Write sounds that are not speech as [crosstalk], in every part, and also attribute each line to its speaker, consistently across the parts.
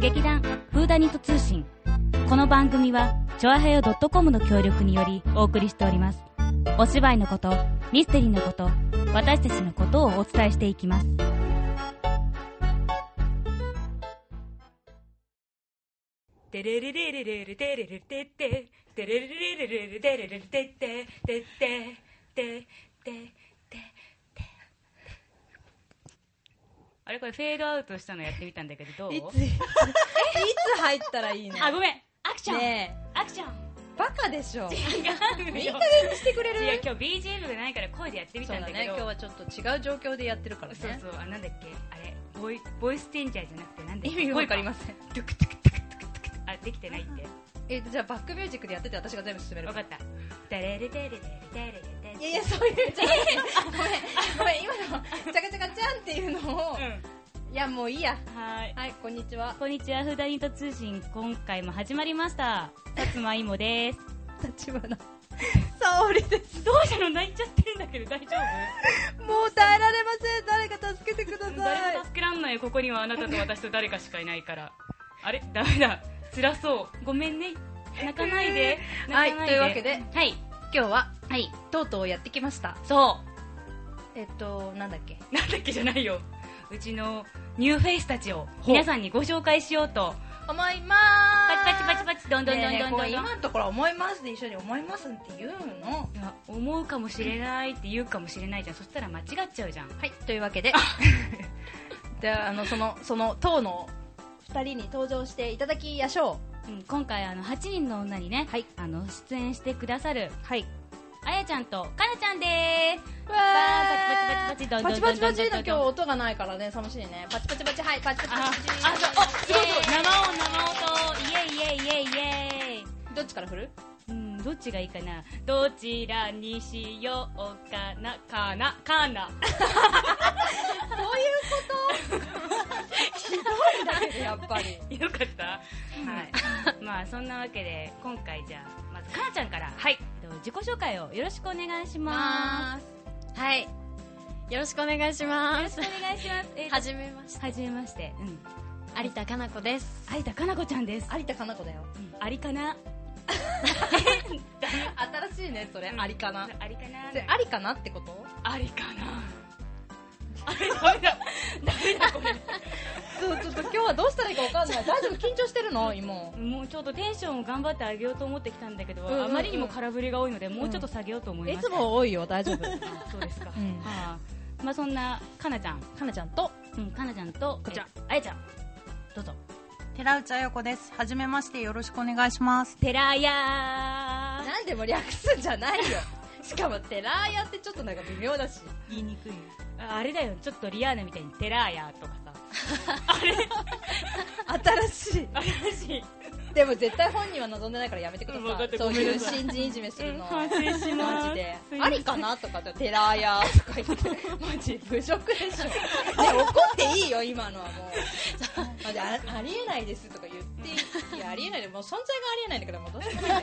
Speaker 1: 劇団フーダニット通信この番組はチョアヘヨ .com の協力によりお送りしておりますお芝居のことミステリーのこと私たちのことをお伝えしていきます
Speaker 2: テレレレレレレテレレテテテレレレレレレテレレテテテテテテテあれこれフェードアウトしたのやってみたんだけどどう
Speaker 3: いつ、いつ入ったらいいの
Speaker 2: あごめんアクション、
Speaker 3: ね
Speaker 2: アクション
Speaker 3: え、バカでしょ。
Speaker 2: 違う
Speaker 3: いい
Speaker 2: よ
Speaker 3: 加減にしてくれ
Speaker 2: 違う
Speaker 3: る
Speaker 2: 今日 BGM がないから声でやってみ
Speaker 3: そ
Speaker 2: た
Speaker 3: うんだ
Speaker 2: だ
Speaker 3: ね、
Speaker 2: けど
Speaker 3: 今日はちょっと違う状況でやってるからね。
Speaker 2: そうそうあなんだっけあれボイボイスチェンジャーじゃなくてなんだっ
Speaker 3: 意
Speaker 2: け
Speaker 3: 味がわかり
Speaker 2: 声
Speaker 3: ま
Speaker 2: か
Speaker 3: せん。
Speaker 2: トゥクトゥクトゥクトゥクトゥクあできてないって
Speaker 3: えじゃあバックミュージックでやってて私が全部進める
Speaker 2: わかったテレレテレレテレレテレ
Speaker 3: いやいや、そういう、じゃあごめん、ごめん、今の、チャカチャカチャンっていうのを、
Speaker 2: う
Speaker 3: いや、もういいや。
Speaker 2: んはい
Speaker 3: はい、こんにちは。
Speaker 1: こんにちはフーダニット通信今回も始まりました薩摩いもです
Speaker 3: 立花。沙織です。
Speaker 2: どうしたの泣いちゃってるんだけど大丈夫
Speaker 3: もう耐えられません。誰か助けてくださ
Speaker 2: 誰
Speaker 3: い
Speaker 2: も。助けらんないよここにはあなたと私と誰かしかいないからあれダメだ辛そうごめんね泣かないで
Speaker 3: はい
Speaker 2: 泣かな
Speaker 3: というわけで
Speaker 2: はい
Speaker 3: 今日は、
Speaker 2: はい
Speaker 3: とうとうやってきました。
Speaker 2: そ
Speaker 3: えっと、なんだっけ。
Speaker 2: うなんだっけじゃないようちのニューフェイスたちを皆さんにご紹介しようと
Speaker 3: 思いま
Speaker 2: パチ
Speaker 3: ーす
Speaker 2: パチパチパチどんどんどんどんどんどん
Speaker 3: ねえねえこう今のところ思いますで一緒に思いますって言うの
Speaker 2: いや思うかもしれないって言うかもしれないじゃんそしたら間違っちゃうじゃん
Speaker 3: はいというわけで [laughs] じゃああのそのその当の2人に登場していただきやしょ
Speaker 1: うん、今回あの8人の女にね、
Speaker 3: はい
Speaker 1: あの出演してくださる
Speaker 3: うはい
Speaker 1: あやちゃんとかなちゃんで
Speaker 3: わー
Speaker 1: パチパチパチパチどんどん
Speaker 3: パチパチパ
Speaker 1: ど
Speaker 3: チ
Speaker 1: んどんどんどん
Speaker 3: の今日音がないからね寂しいねパチパチパチはいパチパチパ
Speaker 2: ああ
Speaker 3: チ
Speaker 2: そうあすごいすごい
Speaker 1: す
Speaker 2: 生音
Speaker 1: 生音イエイイエイイエイイエイ
Speaker 3: どっちから振る
Speaker 1: うんどっちがいいかなどちらにしようかなかなかな [laughs]
Speaker 3: そういうことひどいんだ [laughs] けどやっぱり
Speaker 2: よかった
Speaker 3: は
Speaker 1: [laughs]
Speaker 3: い
Speaker 2: まあそんなわけで今回じゃあまずかなちゃんからはい
Speaker 1: えっと自己紹介をよろしくお願いしま
Speaker 4: ますす。はい。よろしくお願いします。
Speaker 1: お願いしますえっと
Speaker 4: はじめまして。
Speaker 1: はじめましてうん
Speaker 4: 有田かな子です。
Speaker 1: 有田かな子ちゃんです
Speaker 3: 有田かな子だよ
Speaker 1: ありかな
Speaker 3: 新しいねそれ有かな
Speaker 2: ありかな
Speaker 3: それ有かなってこと
Speaker 2: ありかなあれダメだダメだごめ
Speaker 3: そうちょっと今日はどうしたらいいかわか [laughs] んない大丈夫緊張してるの今
Speaker 1: もうちょっとテンションを頑張って上げようと思ってきたんだけど、
Speaker 3: んうんうん
Speaker 1: あまりにも空振りが多いのでもうちょっと下げようと思い
Speaker 3: い
Speaker 1: ました
Speaker 3: つも多いよ大丈夫
Speaker 2: んそうですか
Speaker 3: [laughs] うん
Speaker 1: はあ、まあそんなかなちゃん、
Speaker 3: かなちゃんと
Speaker 1: うん、かなちゃんと
Speaker 2: こちら
Speaker 1: えあやちゃんどうぞ
Speaker 5: 寺内彩子です。はじめましてよろしくお願いします。
Speaker 1: てらや
Speaker 3: なんでも略すんじゃないよしかもテラーやってちょっとなんか微妙だし
Speaker 5: 言いにくい。
Speaker 1: ああれだよちょっとリアーナみたいにてらやとか
Speaker 3: [laughs]
Speaker 1: さあれ
Speaker 3: 新しい
Speaker 1: 私
Speaker 3: でも絶対本人は望んでないからやめてくだ
Speaker 2: うん分か
Speaker 3: さ
Speaker 2: っ
Speaker 3: い
Speaker 2: た
Speaker 3: そう
Speaker 2: ごめん
Speaker 3: いう
Speaker 2: なさい
Speaker 3: 新人いじめするの
Speaker 1: 反省します
Speaker 3: マジです
Speaker 1: いま
Speaker 3: あ
Speaker 1: せん
Speaker 3: りかなとかってテラーやとか言ってマジ侮 [laughs] 辱でしょ、ね、怒っていいよ今のは [laughs] もうマジあありえないですとか言っていやありえないでもう存在がありえないんだからもうどうしようもない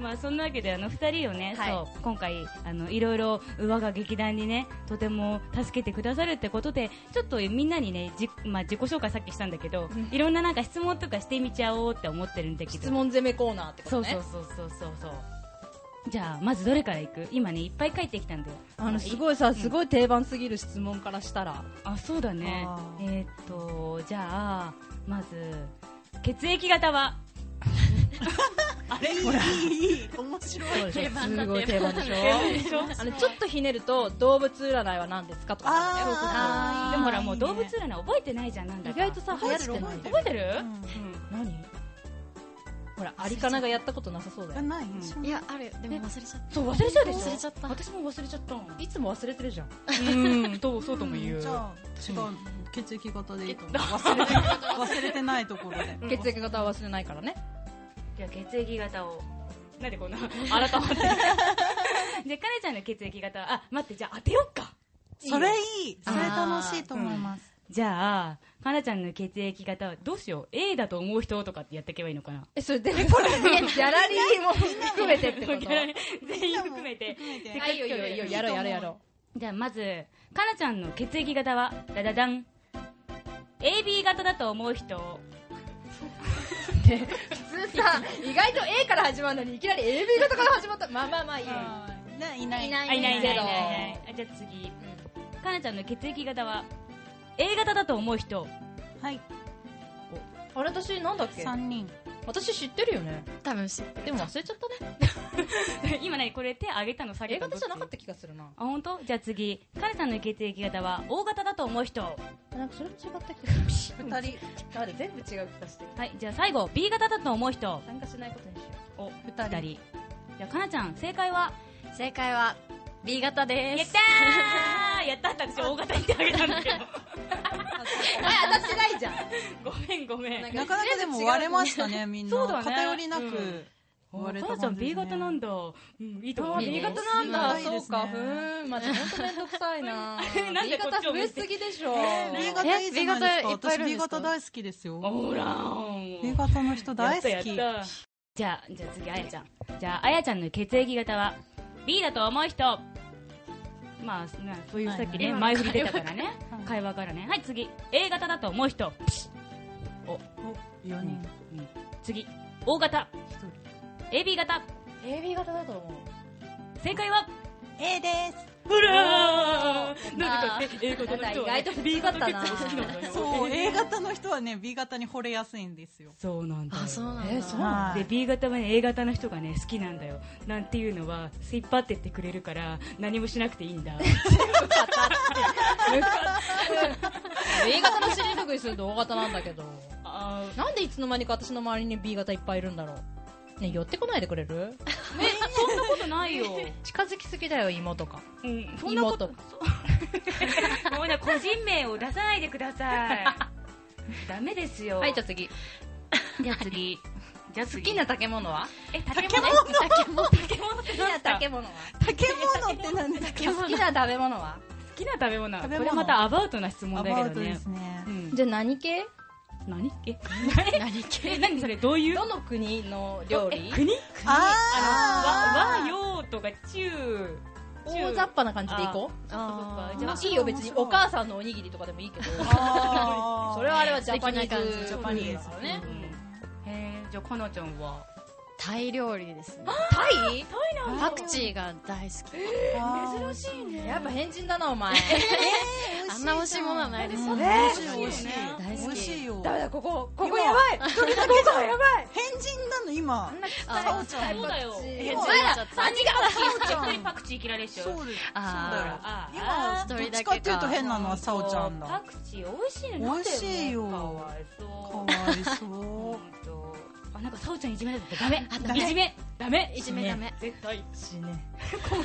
Speaker 1: まあそんなわけであの二人をね、
Speaker 3: はい
Speaker 1: そう今回あのいろいろ我が劇団にねとても助けてくださるってことでちょっとみんなにねじ、まあ、自己紹介さっきしたんだけど、いろんななんか質問とかしてみちゃおうって思ってるんだけど
Speaker 3: 質問攻めコーナーってこと
Speaker 1: そう
Speaker 3: ね
Speaker 1: そうそうそうそうそうじゃあまずどれからいく今ねいっぱい書いてきたんだよ
Speaker 3: あのす
Speaker 1: い
Speaker 3: ごいさ、すごい定番すぎる質問からしたら、
Speaker 1: あそうだね
Speaker 5: あ
Speaker 1: えーっとじゃあまず血液型
Speaker 3: [laughs]
Speaker 1: は
Speaker 5: 面白い。
Speaker 3: すごい定番でしょ
Speaker 1: でしょ
Speaker 3: [laughs] あのちょっとひねると動物占いは何ですかとか
Speaker 5: あー
Speaker 3: そうそう
Speaker 5: あー
Speaker 1: でもほらもう
Speaker 5: いい
Speaker 1: 動
Speaker 5: ね
Speaker 1: 物占い覚えてないじゃんなんだ
Speaker 3: 意
Speaker 1: か
Speaker 3: 外とさ流行ってない
Speaker 1: 覚えてる、
Speaker 3: 何ほらアリカナがやったことなさそうだ
Speaker 5: あ
Speaker 3: よ
Speaker 5: ない。
Speaker 4: いや、ある。でも忘れちゃっ
Speaker 1: そう忘れちゃうでしょ
Speaker 4: 忘れちゃった
Speaker 1: 私も忘れちゃった
Speaker 3: いつも忘れてるじゃん
Speaker 1: [laughs]
Speaker 2: うんどうそうとも言う
Speaker 5: じゃあ違う血液型でいいと思う。忘れて忘れてないところで。
Speaker 3: 血液型は忘れないからね
Speaker 1: じゃあ血液型をなんでこんな改まって [laughs] じゃあかねちゃんの血液型あ待ってじゃあ当てよっか
Speaker 5: それいい。それ楽しいと思います。
Speaker 1: じゃあかなちゃんの血液型はどうしよう A だと思う人とかってやっていけばいいの [laughs] かな
Speaker 3: えそれでこれ [laughs] ギャラリーも含めてってこと
Speaker 1: 全員含めて
Speaker 5: て
Speaker 3: はいよいいよいいよやろうやろうやろ
Speaker 1: じゃあまずかなちゃんの血液型はダダダン AB 型だと思う人
Speaker 3: 普通さ意外と A から始まるのにいきなり AB 型から始まったまあまあまあいいよ
Speaker 5: ねいない
Speaker 3: いない
Speaker 1: あいないいないいないいないあ
Speaker 3: ゼ
Speaker 1: じゃあ次かなちゃんの血液型は A 型だと思う人 [laughs]
Speaker 5: はい
Speaker 3: ロあれ私なんだっけ
Speaker 5: 三人
Speaker 3: 私知ってるよね
Speaker 4: 多分知って
Speaker 3: でも忘れちゃったね
Speaker 1: 今ねこれ手上げたの下げ
Speaker 3: A
Speaker 1: たの
Speaker 3: 型じゃなか
Speaker 1: ど
Speaker 3: っ
Speaker 1: った
Speaker 3: 気がするな
Speaker 1: ちあ本当じゃあ次かなちゃんの血液型は O 型だと思う人
Speaker 3: なんかそれも違った気がする
Speaker 5: 二人
Speaker 3: あれ全部違う気がして
Speaker 1: はいじゃあ最後 B 型だと思う人
Speaker 3: 参加しないことにしよ
Speaker 1: お
Speaker 5: 二人
Speaker 1: 二人じゃあかなちゃん正解は
Speaker 4: 正解は B 型
Speaker 1: や
Speaker 4: で
Speaker 1: っ
Speaker 4: す
Speaker 1: た [laughs] ーやったって私 O 型に手上げたんだけど
Speaker 3: うあ当たって [laughs] ないじゃん
Speaker 1: [laughs] ごめんごめん
Speaker 3: なん
Speaker 5: なかなかでも割れましたねみんな
Speaker 1: そうだね
Speaker 5: 偏りな
Speaker 1: う
Speaker 5: く
Speaker 1: ん
Speaker 5: 割れ
Speaker 1: か
Speaker 5: た
Speaker 1: なちゃん
Speaker 5: 感じですね
Speaker 1: B 型なんだうんいいと思う。
Speaker 3: あ
Speaker 4: いい
Speaker 3: B
Speaker 4: ね
Speaker 3: 型なんだ、
Speaker 5: いい
Speaker 3: そ
Speaker 5: で
Speaker 3: う
Speaker 5: すね
Speaker 3: か、ふーん、まじ、ほんとめんどくさい [laughs] な
Speaker 1: なんで
Speaker 3: B
Speaker 1: こっち
Speaker 3: 型
Speaker 1: を
Speaker 3: 増
Speaker 1: 見
Speaker 3: え
Speaker 1: て
Speaker 3: すぎでしょ。
Speaker 5: えー B 型い
Speaker 4: え
Speaker 5: いじゃないですか
Speaker 4: B 型いっぱいい
Speaker 5: 私
Speaker 4: るん
Speaker 5: B
Speaker 4: ですか
Speaker 5: 型大好きですよ
Speaker 1: ほらー
Speaker 5: B 型の人大好き
Speaker 1: やったやったじゃあじゃあ次あやちゃんじゃああやちゃんの血液型は B だと思う人まあなそういう
Speaker 5: はい
Speaker 1: さ
Speaker 5: は
Speaker 1: っき
Speaker 5: い
Speaker 1: ね
Speaker 4: 今
Speaker 1: 前振り出たからね
Speaker 5: から
Speaker 1: 会話からねはい次 A 型だと思う人
Speaker 5: お四人
Speaker 1: うん次 O 型
Speaker 5: 一人
Speaker 1: AB 型
Speaker 3: AB 型だと思
Speaker 1: 正解は
Speaker 5: A です
Speaker 1: ほらーな
Speaker 4: なん
Speaker 1: ぜかね A 型の人は
Speaker 3: なんだ
Speaker 1: ね
Speaker 3: 意外と
Speaker 1: B 型の血
Speaker 3: 普通だ
Speaker 1: 好きなん
Speaker 3: ったな
Speaker 1: だよ
Speaker 5: そう A 型の人はね B 型に惚れやすいんですよ
Speaker 1: そうなんだよ
Speaker 4: あそうなんだ、
Speaker 3: えーそう
Speaker 5: な
Speaker 1: で B 型はね A 型の人がね好きなんだよなんていうのは引っ張ってってくれるから何もしなくていいんだ
Speaker 3: う。A 型の尻拭いすると O 型なんだけど。
Speaker 1: あー
Speaker 3: なんでいつの間にか私の周りに B 型いっぱいいるんだろう。ねえ寄ってこないでくれる
Speaker 1: そんなことないよ。
Speaker 3: 近づきすぎだよ、芋とか。
Speaker 1: うん、そんなこと。
Speaker 3: 妹
Speaker 1: もうね、個人名を出さないでください。ダメですよ。
Speaker 4: はいじ
Speaker 1: じ
Speaker 4: ゃ
Speaker 1: ゃ
Speaker 4: あ次
Speaker 1: あ次。じゃあ
Speaker 4: 好
Speaker 1: 次。
Speaker 4: きな竹物は
Speaker 1: え、竹物竹物 [laughs] 竹物って
Speaker 3: 好き
Speaker 1: 何すか
Speaker 3: な竹物は
Speaker 5: 竹物って何ですか
Speaker 3: 好きな食べ物は
Speaker 1: 好きな食べ物
Speaker 5: 食べ物
Speaker 1: これまたアバウトな質問
Speaker 5: ア
Speaker 1: だ
Speaker 5: バ
Speaker 1: け
Speaker 5: ウ
Speaker 1: ど
Speaker 5: トで
Speaker 1: ね
Speaker 5: す。ね
Speaker 1: うん
Speaker 3: じゃあ何系
Speaker 1: 何え何 [laughs] え何それどういう
Speaker 3: どの国の料
Speaker 1: え
Speaker 3: 理
Speaker 1: 国あ
Speaker 5: あ
Speaker 1: の、和、和洋とか中。
Speaker 3: 大雑把な感じでいこ
Speaker 1: あー
Speaker 3: う。
Speaker 1: そ
Speaker 3: ま
Speaker 1: う
Speaker 3: あ
Speaker 1: か
Speaker 3: いいよ、別に
Speaker 5: 面。白い
Speaker 3: お母さんのおにぎりとかでもいいけど。
Speaker 5: あ
Speaker 3: それはあれはジャパニ
Speaker 4: 素敵な
Speaker 3: ー
Speaker 4: 感
Speaker 3: ズ。
Speaker 4: じ
Speaker 5: ジャパニーズ
Speaker 3: だ
Speaker 1: ね
Speaker 3: ね。
Speaker 1: うんへえ、じゃあかなちゃんは
Speaker 4: タイ料理ですね
Speaker 3: タイ
Speaker 4: パクチーが大好き
Speaker 5: 珍しい
Speaker 3: やっぱ変人だな、お前。
Speaker 4: あんな美味しいものはないですよ
Speaker 5: 美
Speaker 4: ね
Speaker 5: 味しい美味し
Speaker 4: 大
Speaker 5: い
Speaker 4: 好き
Speaker 5: 美味しいよ
Speaker 3: [laughs] ダメだ、ここ、こ
Speaker 5: こ
Speaker 3: こ
Speaker 5: こ
Speaker 3: や
Speaker 5: や
Speaker 3: ば
Speaker 5: ば
Speaker 3: いここやばい
Speaker 5: 変人なの今
Speaker 4: あ
Speaker 5: さおちゃん
Speaker 1: そうだよ
Speaker 4: え
Speaker 5: そう
Speaker 4: そ
Speaker 5: だ
Speaker 4: れだ
Speaker 1: あ、違う
Speaker 5: そうじゃん
Speaker 1: 本当にパクチー嫌いでしょ
Speaker 5: そうです
Speaker 1: あー
Speaker 5: 今
Speaker 4: あー
Speaker 5: どっちかっていうと変なのはさおちゃん
Speaker 1: パ
Speaker 5: だ
Speaker 1: クチー美味しいのなんだ
Speaker 5: 美味しいよ
Speaker 1: かわい
Speaker 5: か
Speaker 1: そ
Speaker 5: わ
Speaker 1: う
Speaker 5: いそ
Speaker 1: うんとあなんかさおちゃんいじめられてダメ
Speaker 4: あ
Speaker 1: ダメいじめダメ
Speaker 4: いじめダメ
Speaker 1: 絶対
Speaker 3: 死ね。
Speaker 5: う怖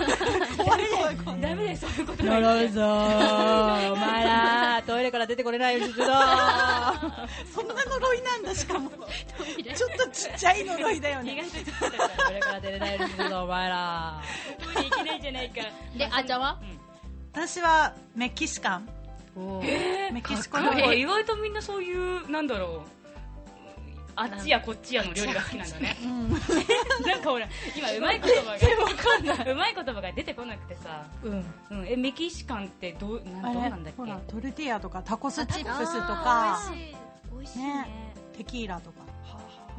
Speaker 5: い怖い怖い
Speaker 1: ダメですそういうことない
Speaker 3: 呪うぞーお
Speaker 1: [laughs]
Speaker 3: 前ら、トイレから出てこれないようにするぞー
Speaker 5: そんな呪いなんだしかもちょっとちっちゃい呪いだよ
Speaker 1: 気
Speaker 5: ね
Speaker 1: がしてたから
Speaker 3: トイレから出れないようにするぞ、お前ら。
Speaker 1: トイレ行けないんじゃないか
Speaker 3: で、あーちゃんは
Speaker 5: 私はメキシカンメキシコの
Speaker 1: なん
Speaker 5: 方
Speaker 1: か意外とみんなそういうなんだろうあっちやこっちやの料理が好きなんだね [laughs] なんかほら今うまい言葉がうまい言葉が出てこなくてさ
Speaker 3: うん。
Speaker 1: うんえメキシカンってどうなん
Speaker 5: あれ
Speaker 1: どうなんだっ
Speaker 5: ほら
Speaker 1: け
Speaker 5: トルティアとかタコスチップスと
Speaker 4: あ
Speaker 5: か
Speaker 4: ー美味しい
Speaker 1: 美味しい
Speaker 5: ねテキーラとか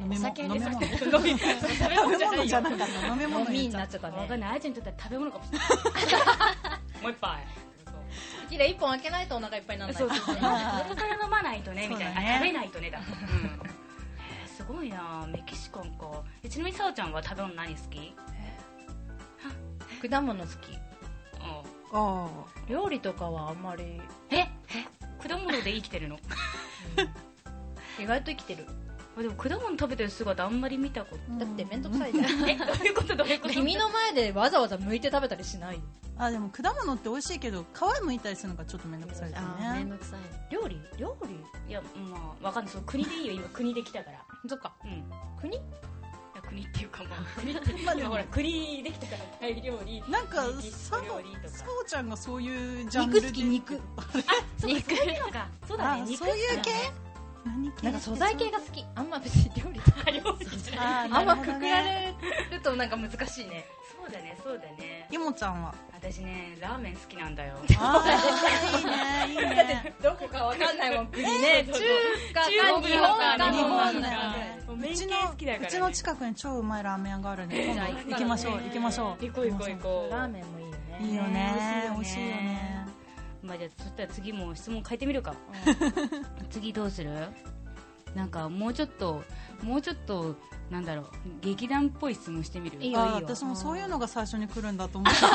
Speaker 5: 飲み
Speaker 4: お
Speaker 5: 物
Speaker 4: 酒入れ
Speaker 5: 飲
Speaker 4: さ
Speaker 5: み
Speaker 4: せ
Speaker 5: 物
Speaker 4: て
Speaker 1: 飲み食べ
Speaker 5: 食べ
Speaker 1: 物
Speaker 5: 物
Speaker 1: じ
Speaker 5: じ
Speaker 1: ゃ
Speaker 5: ゃ
Speaker 1: な
Speaker 5: ないか
Speaker 1: よ
Speaker 5: った飲み
Speaker 3: も
Speaker 5: 物
Speaker 3: み
Speaker 5: 言
Speaker 3: に
Speaker 5: っち
Speaker 3: な
Speaker 5: ゃ
Speaker 3: っ
Speaker 5: っ
Speaker 3: ちゃった
Speaker 1: わかん
Speaker 3: ね。
Speaker 1: ないあやちゃんにとっては食べ物かもし [laughs] れないもう一杯
Speaker 3: キラ一本開けないとお腹いっぱいにならない
Speaker 1: そう。そうそうまずここから飲まないとねみたい
Speaker 5: そう
Speaker 1: な
Speaker 5: だね
Speaker 1: あ食べないとねだうんえーすごいなメキシカンかえちなみにさおちゃんは食べ物何好き
Speaker 3: 果物好き。
Speaker 1: う
Speaker 5: たあ
Speaker 3: 料理とかはあんまり、
Speaker 1: んえ果物で生きてるの
Speaker 3: 意外と生きてる。
Speaker 1: あでも果物食べてる姿あんまり見たこと
Speaker 5: ー
Speaker 3: だってめんど
Speaker 5: う
Speaker 3: くさいじゃん。
Speaker 1: えどういうことどういう
Speaker 3: [laughs]
Speaker 1: こと
Speaker 3: 君の前でわざわざ剥いて食べたりしない
Speaker 5: あでも果物って美味しいけど皮むいたりするのがちょっとめんどくさいです
Speaker 4: あーめん
Speaker 5: ね
Speaker 4: どくさい
Speaker 3: 料理料理
Speaker 1: いやまあわかんないそう国でいいよ今国で来たから
Speaker 3: そっか
Speaker 1: うんい
Speaker 3: 国
Speaker 1: や国っていうかまあ国って
Speaker 5: まあで
Speaker 1: 今
Speaker 5: も
Speaker 1: ほら国できたからタイ料理
Speaker 5: なんか
Speaker 1: メキシ
Speaker 5: さ
Speaker 1: コ料理と
Speaker 5: お
Speaker 1: か
Speaker 5: さおちゃんがそういうジャンルで
Speaker 3: 肉好き肉
Speaker 1: 肉そういうのかそうだね
Speaker 5: あ
Speaker 1: 肉
Speaker 5: そういう系何系
Speaker 3: なんか素材系が好きあんま別に料理とか
Speaker 1: あ料理じゃない
Speaker 5: あー
Speaker 3: あんま
Speaker 5: なる
Speaker 3: く
Speaker 5: ほ
Speaker 3: く
Speaker 5: どね
Speaker 3: られるとなんか難しいね
Speaker 1: そうだねそうだね
Speaker 5: いもちゃんは
Speaker 1: 私ねラーメン好きなんだよ
Speaker 5: ああいいねいいね
Speaker 3: だってどこかわかんないもん
Speaker 6: [laughs]
Speaker 3: 国ね中華
Speaker 4: 中国
Speaker 3: 日本か
Speaker 4: 日本
Speaker 5: だよ
Speaker 3: ね
Speaker 5: ね
Speaker 2: もう
Speaker 5: う
Speaker 2: 麺
Speaker 5: ち
Speaker 2: 系
Speaker 5: の
Speaker 2: 好きだから、ね、
Speaker 5: うちの近くに超うまいラーメン屋があるんで
Speaker 3: じゃあ
Speaker 5: 行きましょう行きましょう
Speaker 2: 行こう行こう行こう
Speaker 6: ラーメンもいいよね
Speaker 5: いいよね
Speaker 1: 美
Speaker 5: 美
Speaker 1: 味
Speaker 5: 味
Speaker 1: し
Speaker 5: し
Speaker 1: い
Speaker 5: い
Speaker 1: よ
Speaker 5: よ
Speaker 1: ね
Speaker 5: ね
Speaker 1: まあじゃあそしたら次も質問変えてみるか [laughs] 次どうするなんかもうちょっともうちょっとなんだろう劇団っぽい質問してみる
Speaker 4: いいよ
Speaker 5: あ私もそういうのが最初に来るんだと思 [laughs] ってた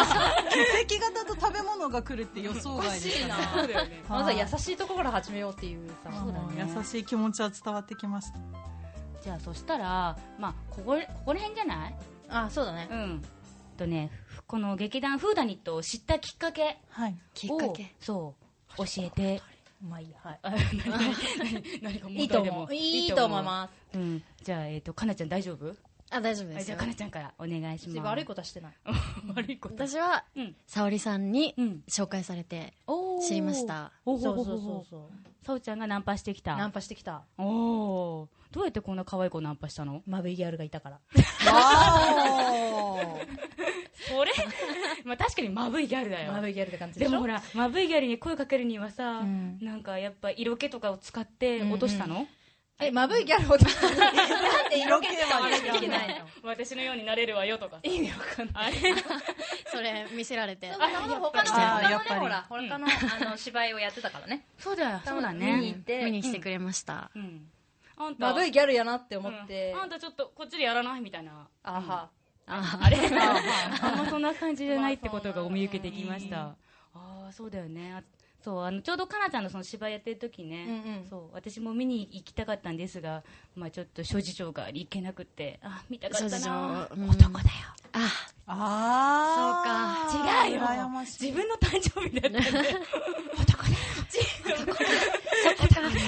Speaker 5: 血液型と食べ物が来るって予想
Speaker 3: おか
Speaker 5: 外で
Speaker 3: し
Speaker 5: し
Speaker 3: い
Speaker 5: たね
Speaker 3: な
Speaker 2: そうだよね
Speaker 6: まずは優しいところから始めようっていうさ
Speaker 5: あの優しい気持ちは伝わってきました
Speaker 1: [laughs] じゃあそしたらまあここここら辺じゃない
Speaker 6: あそうだね
Speaker 1: うんとねふこの劇団フーダニットを知ったきっかけ
Speaker 5: はい
Speaker 1: きっかけそう教えて
Speaker 6: まあいいやはい
Speaker 1: あ [laughs] 何何何か問題でも
Speaker 6: いいと思ういいと思います
Speaker 1: す、うん、じゃあ、えっとかなちゃん大丈夫
Speaker 4: あ大丈夫
Speaker 1: あ
Speaker 4: です
Speaker 1: じゃ
Speaker 4: よ
Speaker 1: あかなちゃんからお願いし
Speaker 6: 別に
Speaker 1: ます
Speaker 6: 悪いことはしてない
Speaker 1: と悪いこと
Speaker 4: 私は
Speaker 1: うん
Speaker 4: 沙織さんに
Speaker 1: うん
Speaker 4: 紹介されて
Speaker 1: おー
Speaker 4: 知りました
Speaker 1: ほう
Speaker 6: そう
Speaker 1: ほう
Speaker 6: そう
Speaker 1: ほう
Speaker 6: そ
Speaker 1: ほ
Speaker 6: う
Speaker 1: う
Speaker 6: そう
Speaker 1: そうちゃんがナンパしてきた
Speaker 6: ナンパしてきた
Speaker 1: おおーどうやってこんな可愛い子ナンパしたの
Speaker 6: マブイギャルがいたから
Speaker 1: それ [laughs] まあ確かにマブいギャルだよ
Speaker 6: マブイギャルって感じで
Speaker 1: で
Speaker 6: し
Speaker 1: も
Speaker 6: ょ
Speaker 1: ほらマブいギャルに声かけるにはさ、
Speaker 6: うん
Speaker 1: なんかやっぱ色気とかを使って落としたの、
Speaker 6: えマブイギャルをなんで色気は出
Speaker 1: 色気
Speaker 6: て
Speaker 1: な
Speaker 6: ないの
Speaker 1: 私のようになれるわよとか意味わかんない
Speaker 4: それ見せられて
Speaker 6: でも他の他の
Speaker 5: あやっ
Speaker 6: 他
Speaker 5: ぱ
Speaker 6: のね
Speaker 5: り
Speaker 6: ほら他のあの芝居をやってたからね
Speaker 1: そうだよそうだ
Speaker 6: 見に行
Speaker 1: ね
Speaker 6: って
Speaker 4: 見に来てくれました
Speaker 1: うんあんた
Speaker 3: まぶいギャルやなって思って
Speaker 1: うんあんたちょっとこっちでやらないみたいな
Speaker 3: あは
Speaker 4: あ
Speaker 1: あれあんまそんな感じじゃないってことがお見受けできました。ああ、そうだよね。あそう、あの、ちょうどかなちゃんのその芝居やってる時ね、
Speaker 3: うんうん
Speaker 1: そう、私も見に行きたかったんですが、まあちょっと諸事情があり行けなくて、あ、見たかった
Speaker 4: 諸事
Speaker 1: な。
Speaker 4: 情うん
Speaker 1: 男だよ。
Speaker 4: あ
Speaker 5: あ
Speaker 1: そう
Speaker 5: あ
Speaker 1: か違うよ
Speaker 5: 羨ましい
Speaker 1: 自分の誕生日だ [laughs] ったんで。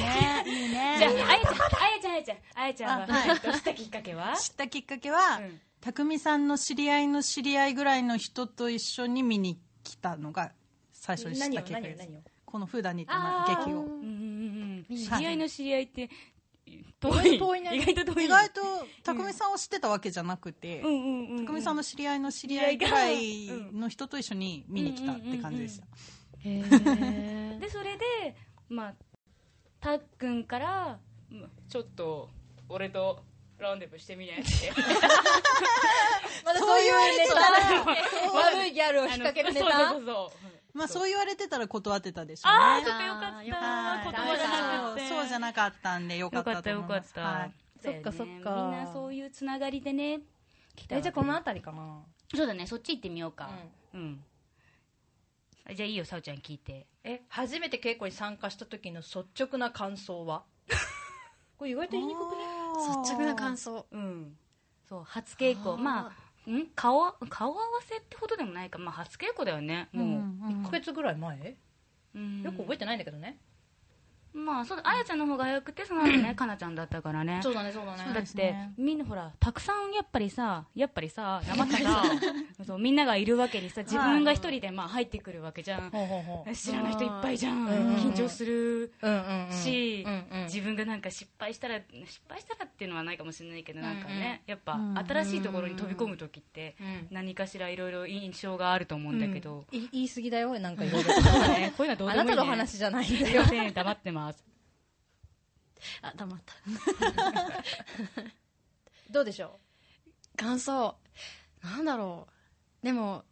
Speaker 5: いいね
Speaker 1: じゃあ、あやちゃん、あやちゃん、あやちゃん、あやちゃんは、
Speaker 5: あはい
Speaker 1: どうしたきっかけは
Speaker 5: 知ったきっかけは、
Speaker 1: うん
Speaker 5: たくみさんの知り合いの知り合いぐらいの人と一緒に見に来たのが最初に知ったきっかけです
Speaker 6: 何を何を何を
Speaker 5: この「フーダニット」の劇を
Speaker 1: うんうんうん。
Speaker 4: い
Speaker 1: 知り合いの知り合いって、遠い。
Speaker 6: 意外と遠いね
Speaker 1: 意外と遠い。
Speaker 5: 意外とたくみさんを知ってたわけじゃなくて、
Speaker 1: うんうんうんうん。
Speaker 5: たくみさんの知り合いの知り合いぐらいの人と一緒に見に来たって感じでした、
Speaker 4: へえ
Speaker 1: でそれでまあたっくんからまあちょっと俺とランデブーしてみないって
Speaker 3: まだそういうネタだ
Speaker 1: そう
Speaker 3: 悪いギャルを引っ掛けるネ
Speaker 1: あ
Speaker 3: タ
Speaker 1: のそうそうそうそう
Speaker 5: まあそう言われてたら断ってたでしょうね
Speaker 1: ああそっかよかった
Speaker 4: よ
Speaker 5: はい
Speaker 1: 言葉じゃなくて
Speaker 5: そうそうじゃなかったんでよか
Speaker 1: よ
Speaker 5: っ
Speaker 1: か
Speaker 5: た
Speaker 1: った
Speaker 5: と
Speaker 1: よ
Speaker 5: 思い
Speaker 1: かっ
Speaker 5: ます
Speaker 1: た、
Speaker 5: はい
Speaker 1: だよね
Speaker 6: そっかそっか
Speaker 1: みんなそういうつながりでね来たわ
Speaker 6: え
Speaker 1: け
Speaker 6: じゃあこの辺りかな
Speaker 1: そうだねそっち行ってみようかうん、あじゃあいいよさおちゃん聞いて
Speaker 6: え
Speaker 3: 初めて稽古に参加した時の率直な感想はこれ意外と言いにくくね
Speaker 4: 率直な感想
Speaker 1: うんそう初稽古
Speaker 4: あー
Speaker 1: まあん顔顔合わせってほどでもないかまあ初稽古だよねもう、
Speaker 5: うん
Speaker 3: 1ヶ月ぐらい前
Speaker 1: うん
Speaker 3: よく覚えてないんだけどね
Speaker 1: まあそうだあやちゃんの方が早くてその後 [clears throat] ねかなちゃんだったからね
Speaker 3: そうだねそうだね
Speaker 5: う
Speaker 1: だ
Speaker 5: で
Speaker 1: っ
Speaker 5: す
Speaker 1: て
Speaker 5: ね
Speaker 1: みんなほらたくさんやっぱりさやっぱり [laughs] さ生田さそうみんながいるわけにさ自分が一人でまあ入ってくるわけじゃん
Speaker 3: ほうほうほう
Speaker 1: 知らない人いっぱいじゃん
Speaker 3: うん
Speaker 1: 緊張する
Speaker 3: うんうんうん
Speaker 1: し
Speaker 3: うんうん
Speaker 1: 自分がなんか失敗したら失敗したらっていうのはないかもしれないけどなんかねやっぱ
Speaker 5: うん
Speaker 1: 新しいところに飛び込む時って
Speaker 3: うん
Speaker 1: 何かしらいろいろ印象があると思うんだけど、
Speaker 3: い言い過ぎだよなんかい [laughs] ろいろ
Speaker 1: ねこういうのはどう
Speaker 3: あ
Speaker 1: でもい、
Speaker 3: な
Speaker 1: ね、
Speaker 3: いたの話じゃないんだ
Speaker 1: すい
Speaker 3: よ
Speaker 1: ません黙ってます
Speaker 4: あ黙った
Speaker 3: [laughs] どうでしょ
Speaker 4: 感想なんだろうでも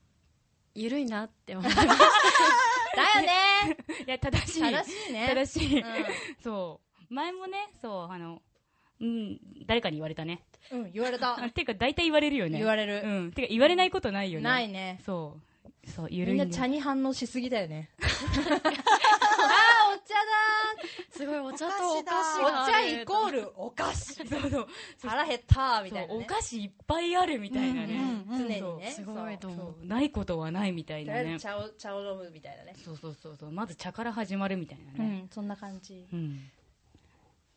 Speaker 4: ゆるいなって思う
Speaker 3: うだよね
Speaker 1: いや正しい
Speaker 3: 正しいね
Speaker 1: 正しい、
Speaker 3: うん
Speaker 1: [laughs] そう前もねそうあのうん誰かに言われたね
Speaker 3: うん [laughs] 言われた
Speaker 1: あていうか大体言われるよね
Speaker 3: 言われる
Speaker 1: うんてか言われないことないよね
Speaker 3: ないね
Speaker 1: そうそうゆる
Speaker 3: み
Speaker 1: いね
Speaker 3: んな茶に反応しすぎだよねああお茶
Speaker 4: すごいお茶とお菓子
Speaker 3: だ
Speaker 4: が
Speaker 3: お
Speaker 4: あ
Speaker 3: 茶
Speaker 4: る
Speaker 3: イコールお菓子
Speaker 1: [laughs] そうそう
Speaker 3: 腹減ったみたいな
Speaker 1: そうお
Speaker 3: ね
Speaker 1: 菓子いっぱいあるみたいなね、
Speaker 5: うんうん
Speaker 3: 常にね
Speaker 4: すごいと
Speaker 3: そう
Speaker 4: 思う
Speaker 1: そうないことはないみたい
Speaker 3: と
Speaker 1: な
Speaker 3: りあえ
Speaker 1: ね
Speaker 3: ず茶を茶を飲むみたいなね
Speaker 1: そうそうそうそうまず茶から始まるみたいな
Speaker 3: う
Speaker 1: ね
Speaker 3: んそんな感じ
Speaker 1: うん、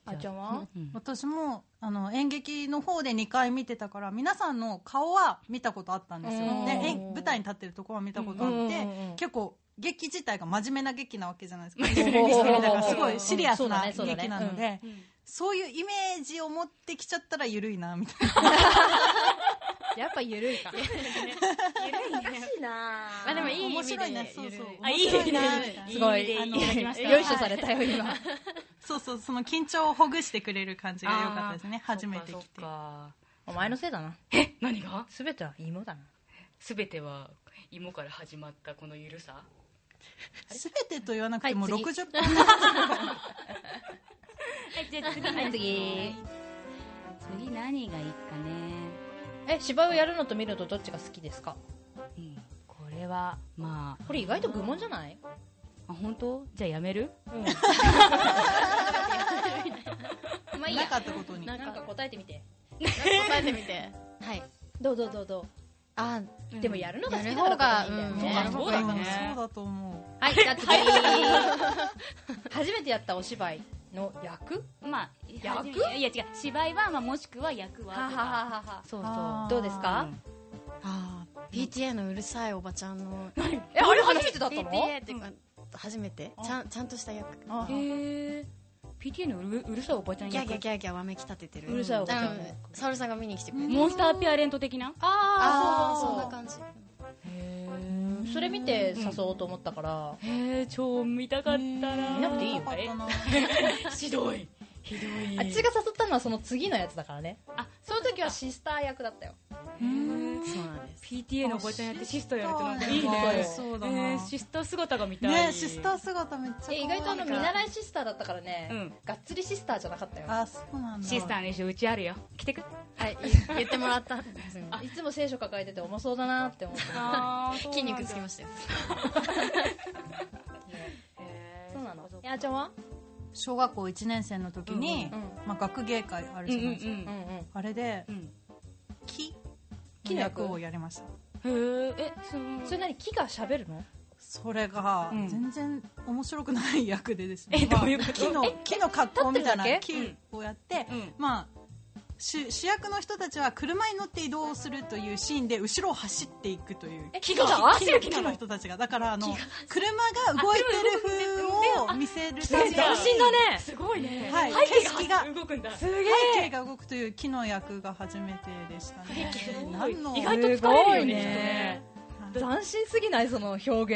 Speaker 3: あちゃんは
Speaker 1: うん
Speaker 5: 私もあの演劇の方で2回見てたから皆さんの顔は見たことあったんですよ
Speaker 3: うん
Speaker 5: で演舞台に立ってるとこは見たことあ
Speaker 3: うんう
Speaker 5: っ
Speaker 3: んう
Speaker 5: て
Speaker 3: んうん
Speaker 5: 結構劇自体が真面目な劇なわけじゃないですか
Speaker 3: ん
Speaker 5: 一人一人だからすごいシリア
Speaker 3: そ
Speaker 5: ス
Speaker 3: うだ
Speaker 5: な
Speaker 3: ねそうだね
Speaker 5: 劇なので
Speaker 1: うん
Speaker 5: そういうイメージを持ってきちゃったら緩いなみたいな
Speaker 3: やっぱゆるいか
Speaker 1: ゆるいね
Speaker 6: いなぁ
Speaker 4: まあでもいい意
Speaker 5: 面
Speaker 4: 味
Speaker 5: 白い
Speaker 4: で
Speaker 5: ねそうそう
Speaker 4: 緩い
Speaker 1: あいい意味で
Speaker 5: 面
Speaker 1: いい
Speaker 5: 白い
Speaker 1: 意味でいただきました
Speaker 3: よいしょされたよ今
Speaker 5: そうそうその緊張をほぐしてくれる感じが良かったですね初めて
Speaker 2: そっ
Speaker 5: 来
Speaker 2: かそ
Speaker 5: て
Speaker 2: っか
Speaker 3: お前のせいだな
Speaker 2: え何が
Speaker 3: 全ては芋だな
Speaker 2: 全ては芋から始まったこのゆるさ
Speaker 5: 全てと言わなくても
Speaker 3: はい次
Speaker 5: 60分
Speaker 1: はいじゃあ次
Speaker 3: はい次
Speaker 1: 次何がいいかね
Speaker 3: え芝居をやるのと見るのとどっちが好きですか
Speaker 1: うんこれはま
Speaker 3: これ意外と愚問じゃない
Speaker 1: ああ本当じゃあやめる
Speaker 4: まあいい
Speaker 5: な
Speaker 4: や
Speaker 5: かったことに
Speaker 4: な
Speaker 3: なんん
Speaker 4: か
Speaker 3: か答えてみて
Speaker 4: 答えてみて
Speaker 3: はいどうどうどうど
Speaker 4: あ
Speaker 3: うでもやるのが好き
Speaker 4: や
Speaker 3: だ
Speaker 4: る
Speaker 3: から
Speaker 4: 方が
Speaker 3: 多分いいんだよ
Speaker 4: うんや
Speaker 3: ね
Speaker 4: る
Speaker 5: そ
Speaker 4: 方がいいね
Speaker 5: うだと思うそうだと思
Speaker 3: はいじゃあ [laughs] 次初めてやったお芝居の役
Speaker 1: まあ
Speaker 3: 役
Speaker 1: いやいや違う芝居は、まあ、もしくは役は
Speaker 3: はは
Speaker 1: と
Speaker 3: は
Speaker 1: か
Speaker 3: はは
Speaker 1: そう
Speaker 5: あ
Speaker 1: そ
Speaker 3: ど
Speaker 5: ー
Speaker 3: うですか
Speaker 4: あー PTA のうるさいおばちゃんの
Speaker 3: えあれ初めてだったの
Speaker 4: PTA っていうか初めてちゃんちゃんとした役
Speaker 5: あ
Speaker 1: うへえ PTA のうるうるさいおばちゃん
Speaker 4: ギャーギャー
Speaker 1: 役
Speaker 4: ギャーギャーわめき立ててる
Speaker 3: うるさいおばちゃん
Speaker 4: あの沙織さんが見に来てくれて
Speaker 1: モンスターピアレント的な
Speaker 3: あ
Speaker 4: あ
Speaker 3: あ
Speaker 4: ー
Speaker 3: そ
Speaker 4: そ
Speaker 3: うんだ
Speaker 4: な
Speaker 3: か
Speaker 4: 感じ
Speaker 3: それ見て誘おうと思ったから
Speaker 1: へえ超見たかったな
Speaker 3: 見なくていいよ
Speaker 5: よかったな
Speaker 2: ひどいひどい
Speaker 3: あっちが誘ったのはその次のやつだからね
Speaker 1: あ
Speaker 3: その時はシスター役だったよ
Speaker 4: そうなんです
Speaker 1: PTA のおばちゃんやってシスターやるとなんかいい
Speaker 5: あ
Speaker 1: ね
Speaker 5: そうだ
Speaker 1: え
Speaker 5: な
Speaker 1: ーシスター姿が見たい
Speaker 5: ねシスター姿めっちゃ可愛
Speaker 3: え
Speaker 5: い
Speaker 3: 意外とあの見
Speaker 5: い
Speaker 3: 習いシスターだったからね、
Speaker 1: うん
Speaker 3: がっつりシスターじゃなかったよ
Speaker 5: あそうなんだ
Speaker 2: シスターの衣装うちあるよ着てく
Speaker 3: [laughs]
Speaker 4: はい言ってもらったんですよね
Speaker 3: いつも聖書抱えてて重そうだなって思って
Speaker 1: あーそう
Speaker 4: 筋
Speaker 1: なんだ
Speaker 4: 肉つきましたよ
Speaker 1: へー
Speaker 3: そうなの
Speaker 1: っかそっか
Speaker 3: やーちゃんは
Speaker 5: 小学校1年生の時に、
Speaker 3: うんうん
Speaker 5: まあ、学芸会ある
Speaker 1: うん
Speaker 5: じ
Speaker 1: う
Speaker 5: ゃないですか、
Speaker 3: うん
Speaker 1: ん
Speaker 5: あれで
Speaker 1: うん
Speaker 5: 木
Speaker 3: 木の役
Speaker 5: をやりました
Speaker 1: うんへええその
Speaker 3: それ何木が喋るの
Speaker 5: それが
Speaker 1: うん
Speaker 5: 全然面白くない役でですね、
Speaker 1: えどういうこと
Speaker 5: まあ木の木の格好みたいな
Speaker 3: 立
Speaker 5: 木をやって、
Speaker 1: うん
Speaker 5: まあ主主役の人たちは車に乗って移動するというシーンで後ろを走っていくという
Speaker 3: え木が走る
Speaker 5: 木の木の人たちがだからあの車が動いてる風を見せるために
Speaker 3: だね
Speaker 1: すごいね
Speaker 5: はい
Speaker 1: 背景
Speaker 5: 景色が
Speaker 1: 動くんだ
Speaker 3: すげ
Speaker 5: 背景が動くという木の役が初めてでしたね何の
Speaker 1: 意外と疲れるよね
Speaker 3: ね斬新すぎないその表現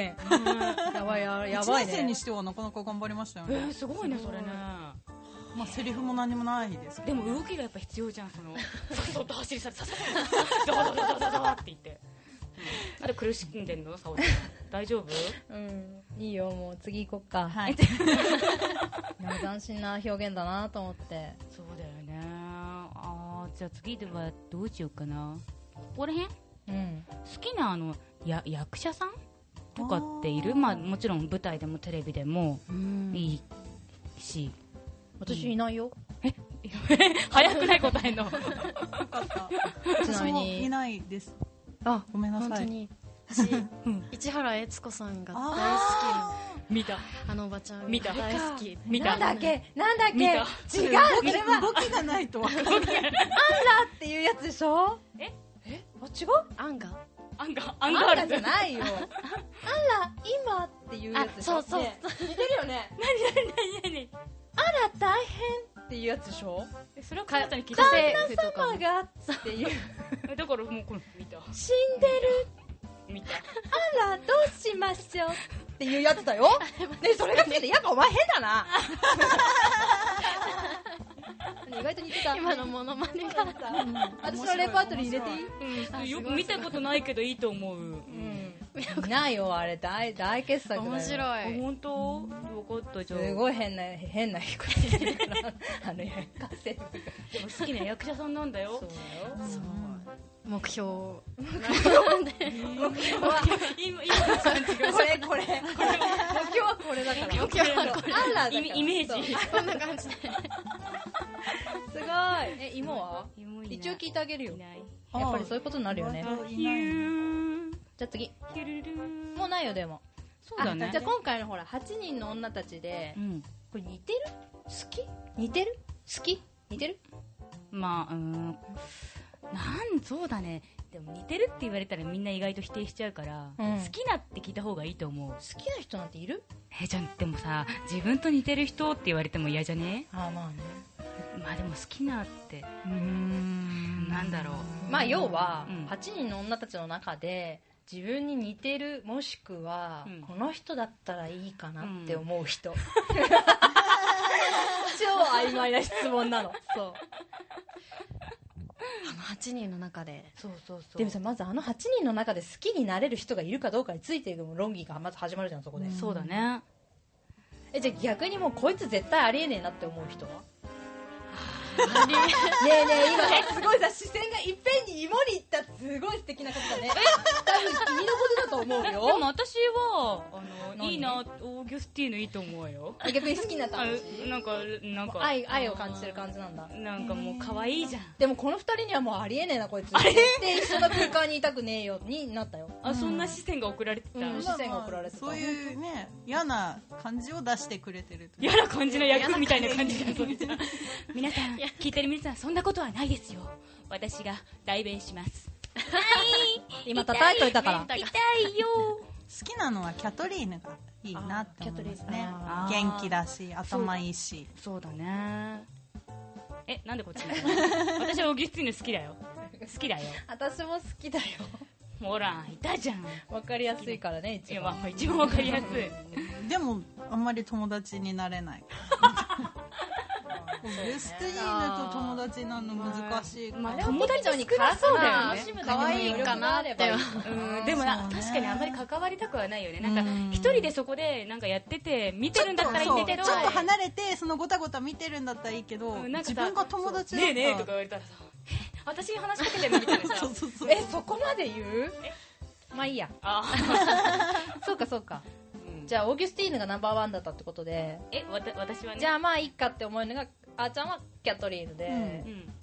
Speaker 3: やばいやや
Speaker 5: 1
Speaker 3: ばい
Speaker 5: 年生
Speaker 3: ね
Speaker 5: にしてはなかなか頑張りましたよ
Speaker 1: え
Speaker 5: ね、
Speaker 1: ーすごいねそれね
Speaker 5: まあ、セリフも何もないですけ
Speaker 1: で
Speaker 5: ど
Speaker 1: も動きがやっぱ必要じゃんそのさ [laughs] っそっと走り去るさっ [laughs] そっとドドドドドドって言ってうんなんで苦しんでんの沙織ちゃん大丈夫
Speaker 3: うんいいよもう次行こっか、
Speaker 5: は
Speaker 3: [laughs]
Speaker 5: い
Speaker 3: いや斬新な表現だなと思って
Speaker 1: そうだよねあーじゃあ次ではどうしようかなここら辺好
Speaker 3: うん
Speaker 1: きなあのや役者さんとかっているまあもちろん舞台でもテレビでも
Speaker 4: うん
Speaker 1: いいし [laughs]
Speaker 3: 私いないよ、
Speaker 1: 早くない答えんの [laughs]
Speaker 5: よかった
Speaker 3: ちな
Speaker 5: 私
Speaker 3: み
Speaker 5: も
Speaker 3: に
Speaker 5: いないです
Speaker 4: あ
Speaker 5: ごめんな
Speaker 4: 本
Speaker 5: さ
Speaker 4: 当
Speaker 5: い
Speaker 4: に市原悦子さんが大好き
Speaker 1: 見た
Speaker 4: あのおばちゃんが
Speaker 1: 見た
Speaker 4: 大好き
Speaker 1: 見た
Speaker 3: なんだっけなんだっけ
Speaker 1: 見
Speaker 3: 違
Speaker 1: た
Speaker 3: [laughs] うそれ
Speaker 5: 動
Speaker 3: は
Speaker 5: き動きがない
Speaker 1: [laughs]
Speaker 5: とわかんない
Speaker 3: っていうやつでしょ
Speaker 1: え
Speaker 3: えあ違う
Speaker 4: アンが
Speaker 1: アンガアンガ
Speaker 3: あ
Speaker 1: ー
Speaker 3: んら
Speaker 1: ル
Speaker 3: じ
Speaker 1: ズ
Speaker 3: ゃないよあんら今っていうやつでしょ
Speaker 4: あそうそう
Speaker 3: ね似てるよね
Speaker 1: 何
Speaker 3: あら大変っていうやつでしょ
Speaker 1: [laughs] えそれはカヤさんに聞いて
Speaker 4: 家政婦とか
Speaker 3: ママがっていう
Speaker 1: えだからもうこの見た
Speaker 3: 死んでる
Speaker 1: 見た
Speaker 3: あらどうしましょうっていうやつだよねそれが好きでやっぱお前変だな意外と似てた
Speaker 4: 今のモノマネが
Speaker 3: 私のレパートリー入れていい
Speaker 1: うん、よく見たことないけどいいと思う、
Speaker 3: いないよあれ大大傑作だよ
Speaker 4: 面白
Speaker 1: あ
Speaker 4: い
Speaker 1: 本当よかったじゃん
Speaker 3: すごい変な変な彦先生だからあの家政婦が
Speaker 1: でも好きな役者さんなんだよ
Speaker 3: そう
Speaker 4: 目標を
Speaker 3: だよ目標は
Speaker 1: 今今の感じが
Speaker 3: これこれこれ目標はこれだから目標はこれアンラーだから
Speaker 1: イメイメージ
Speaker 3: そう
Speaker 4: こんな感じです
Speaker 3: ごいえ芋は一応聞いてあげるよ
Speaker 1: ない
Speaker 3: やっぱりそういうことになるよね
Speaker 5: いない
Speaker 3: じゃあ次
Speaker 1: ヒュルルー
Speaker 3: もうないよでも
Speaker 1: そうだ
Speaker 3: あ
Speaker 1: ね
Speaker 3: じゃあ今回のほら8人の女たちで
Speaker 1: うん
Speaker 3: これ似てる好き似てる好き似てる
Speaker 1: まあうーんなんそうだねでも似てるって言われたらみんな意外と否定しちゃうから、
Speaker 3: うん
Speaker 1: 好きなって聞いた方がいいと思う
Speaker 3: 好きな人なんている
Speaker 1: えじゃんでもさ自分と似てる人って言われても嫌じゃね
Speaker 3: あまあね
Speaker 1: まあでも好きなって
Speaker 5: うーん
Speaker 1: なんだろう
Speaker 3: まあ要は
Speaker 1: うん
Speaker 3: 8人の女たちの中で自分に似てるもしくは、
Speaker 1: うん
Speaker 3: この人だったらいいかなって思う人、 [laughs] 超曖昧な質問なのそう
Speaker 4: の8人の中で
Speaker 3: そうそうそうでもさまずあの8人の中で好きになれる人がいるかどうかについて論議がまず始まるじゃんそこで、
Speaker 1: そうだね
Speaker 3: えじゃあ逆にもうこいつ絶対ありえねえなって思う人はねえねえ今すごいさ視線がいっぺんに芋にいったすごい素敵なことだね多分君のことだと思う
Speaker 1: [laughs] で
Speaker 3: よ
Speaker 1: も私はあの
Speaker 3: 何
Speaker 1: いいなオーギュスティーヌいいと思うよ
Speaker 3: 逆に好きになった
Speaker 1: あ
Speaker 3: の
Speaker 1: なんかなんか
Speaker 3: 愛愛を感じてる感じなんだ
Speaker 1: なんかもう可愛いじゃん
Speaker 3: でもこの二人にはもうありえねえなこいつで一緒の空間にいたくねえよになったよ
Speaker 1: あそんな視線が送られてた
Speaker 3: うん視線が送られてた
Speaker 5: そういうね嫌な感じを出してくれてるという
Speaker 1: 嫌な感じの役みたいな感じがそうじゃん皆さん聞いてる皆さんそんなことはないですよ私が代弁します
Speaker 3: 今叩いといたか
Speaker 1: 痛
Speaker 3: ら
Speaker 1: いよ
Speaker 5: [laughs] 好きなのはキャトリーヌがいいなって思いますね
Speaker 1: あーキャトリーヌ
Speaker 5: 元気だし頭いいし
Speaker 1: そうだねえなんでこっちにいたの私はオーギュスティーヌ好きだよ好きだよ
Speaker 3: 私も好きだよ
Speaker 1: ほらいたじゃん
Speaker 3: わかりやすいからね
Speaker 1: い
Speaker 3: 一
Speaker 1: やま
Speaker 3: 番
Speaker 1: あ一番わかりやすい
Speaker 5: でもあんまり友達になれない
Speaker 1: [laughs]
Speaker 5: ベスティーヌと友達になるの難しいから、
Speaker 1: 友達
Speaker 3: 以上に辛そうだよね
Speaker 4: 可愛いかなっては
Speaker 1: うんでもな、
Speaker 5: そうね
Speaker 1: 確かにあんまり関わりたくはないよねなんか
Speaker 5: うん
Speaker 1: 一人でそこでなんかやってて見てるんだったらいいんだけど
Speaker 5: ちょっと離れてそのごたごた見てるんだったらいいけど、
Speaker 1: うんなんかさ
Speaker 5: 自分が友達だ
Speaker 1: ねえ
Speaker 5: っ
Speaker 1: ねえとか言
Speaker 5: たら
Speaker 1: われたらさえ私に話しかけてみたいなさ
Speaker 5: [laughs] そうそう
Speaker 3: えそこまで言うまあいいや
Speaker 1: あ
Speaker 3: そうかそうか
Speaker 1: ー
Speaker 3: じゃあオーギュスティーヌがナンバーワンだったってことで
Speaker 1: えわた私はね
Speaker 3: じゃあまあいいかって思うのがあーちゃんはキャトリーヌで、
Speaker 5: うん
Speaker 1: うん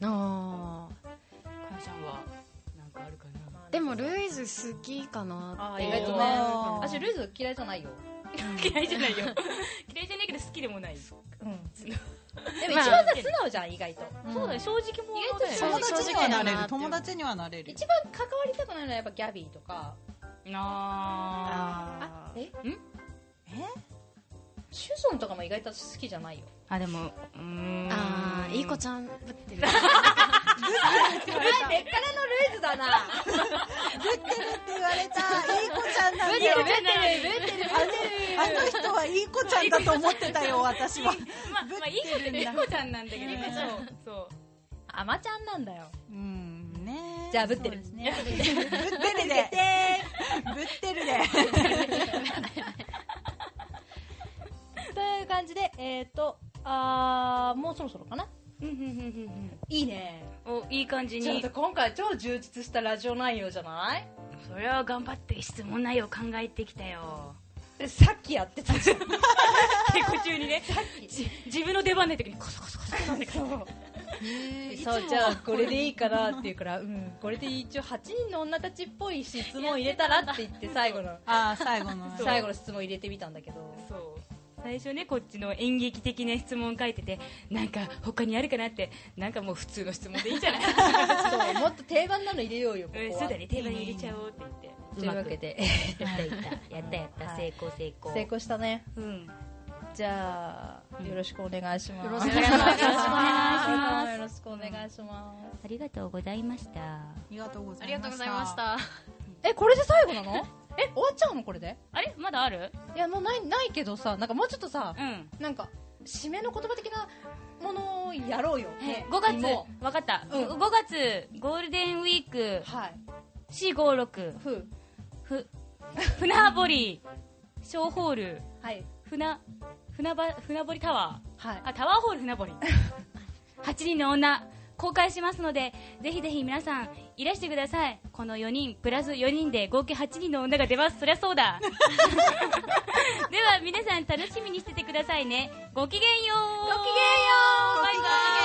Speaker 4: あ
Speaker 1: かなちゃんはなんかあるかな [laughs]
Speaker 4: ーでもルイズ好きかなって
Speaker 3: あー意外とね
Speaker 5: あー
Speaker 3: 私ルーズ嫌いじゃないよ、
Speaker 1: 嫌いじゃないよ [laughs] 嫌いじゃないけど好きでもないそ
Speaker 3: うん、でも一
Speaker 4: まあ
Speaker 3: 番さ素直じゃん意外と、
Speaker 1: うだね正直も
Speaker 3: 意外と
Speaker 5: 友達には
Speaker 4: 正
Speaker 5: なれる
Speaker 4: 直だなって
Speaker 5: 友達にはなれる
Speaker 3: 一番関わりたくないのはやっぱギャビーとか
Speaker 1: なあ
Speaker 5: あー
Speaker 3: え
Speaker 1: ん
Speaker 5: え
Speaker 3: シュソンとかも意外と好きじゃないよ
Speaker 1: あでもうーん
Speaker 4: あーいい子ちゃんぶ [laughs] って
Speaker 3: お
Speaker 4: る
Speaker 3: 前根っからのルイズだな
Speaker 5: って言われたいい子ちゃんなんだ
Speaker 1: 理
Speaker 5: よ
Speaker 1: よね
Speaker 3: ブってるブってる
Speaker 5: あの人はいい子ちゃんだと思ってたよ私は
Speaker 1: まあまあいい子っていい子ちゃんなんだけどねそうそう
Speaker 3: アマちゃんなんだよ
Speaker 5: うんね
Speaker 3: じゃあぶってる
Speaker 5: そうですねぶってるぶってるでぶってるで
Speaker 3: という感じでえっ、ー、とあーもうそろそろかな
Speaker 1: うんうんうん
Speaker 3: いいね
Speaker 1: うんうんおいい感じ
Speaker 3: ちょっ
Speaker 1: に
Speaker 3: と今回超充実したラジオ内容じゃない
Speaker 1: それは頑張って質問内容考えてきた [laughs] よ
Speaker 3: でさっきやってたじ [laughs] ゃん
Speaker 1: 結構中にねじ自分の出番ない時にコソコソコソコソ
Speaker 3: そうじゃあこれでいいかなって言うから、うん、これで一応8人の女たちっぽい質問入れたらって言って最後の
Speaker 5: あー最後の
Speaker 3: 最後の質問入れてみたんだけど
Speaker 1: [laughs] そう最初ねこっちの演劇的な質問書いててなんか他にあるかなってなんかもう普通の質問でいいんじゃ [laughs] ない、
Speaker 3: そうもっと定番なの入れようよこ
Speaker 1: うん
Speaker 3: こ
Speaker 1: そう
Speaker 3: は
Speaker 1: だね定番に入れちゃおうって言って
Speaker 3: というわけで
Speaker 1: やったやったやったやった、
Speaker 3: はい
Speaker 1: 成功成功
Speaker 3: 成功したね
Speaker 1: うん
Speaker 3: じゃあよろしくお願いします
Speaker 4: よろしくお
Speaker 1: 願いします
Speaker 3: すよろしくお願いします
Speaker 7: ありがとうございました
Speaker 5: ありがとうござ
Speaker 4: あ
Speaker 5: いま
Speaker 4: りが
Speaker 5: した
Speaker 4: とうございました
Speaker 3: えこれで最後なのえ終わっちゃうのこれで
Speaker 1: あれまだある
Speaker 3: いやもうないないけどさなんかもうちょっとさ
Speaker 1: うん
Speaker 3: なんか締めの言葉的なものをやろうよ、ね
Speaker 1: 5月
Speaker 3: も
Speaker 1: 分かった、
Speaker 3: うん
Speaker 1: 5月ゴールデンウィーク
Speaker 3: うはい
Speaker 1: C56
Speaker 3: ふう
Speaker 1: ふ [laughs] 船堀ショーホール
Speaker 3: はい
Speaker 1: 船船ば船堀タワー
Speaker 3: はい
Speaker 1: あタワーホール船堀8人の女公開しますのでぜひぜひ皆さんいらしてくださいこの4人プラス4人で合計8人の女が出ますそりゃそうだ [laughs] では皆さん楽しみにしててくださいねごきげんようごきげんようバイバイ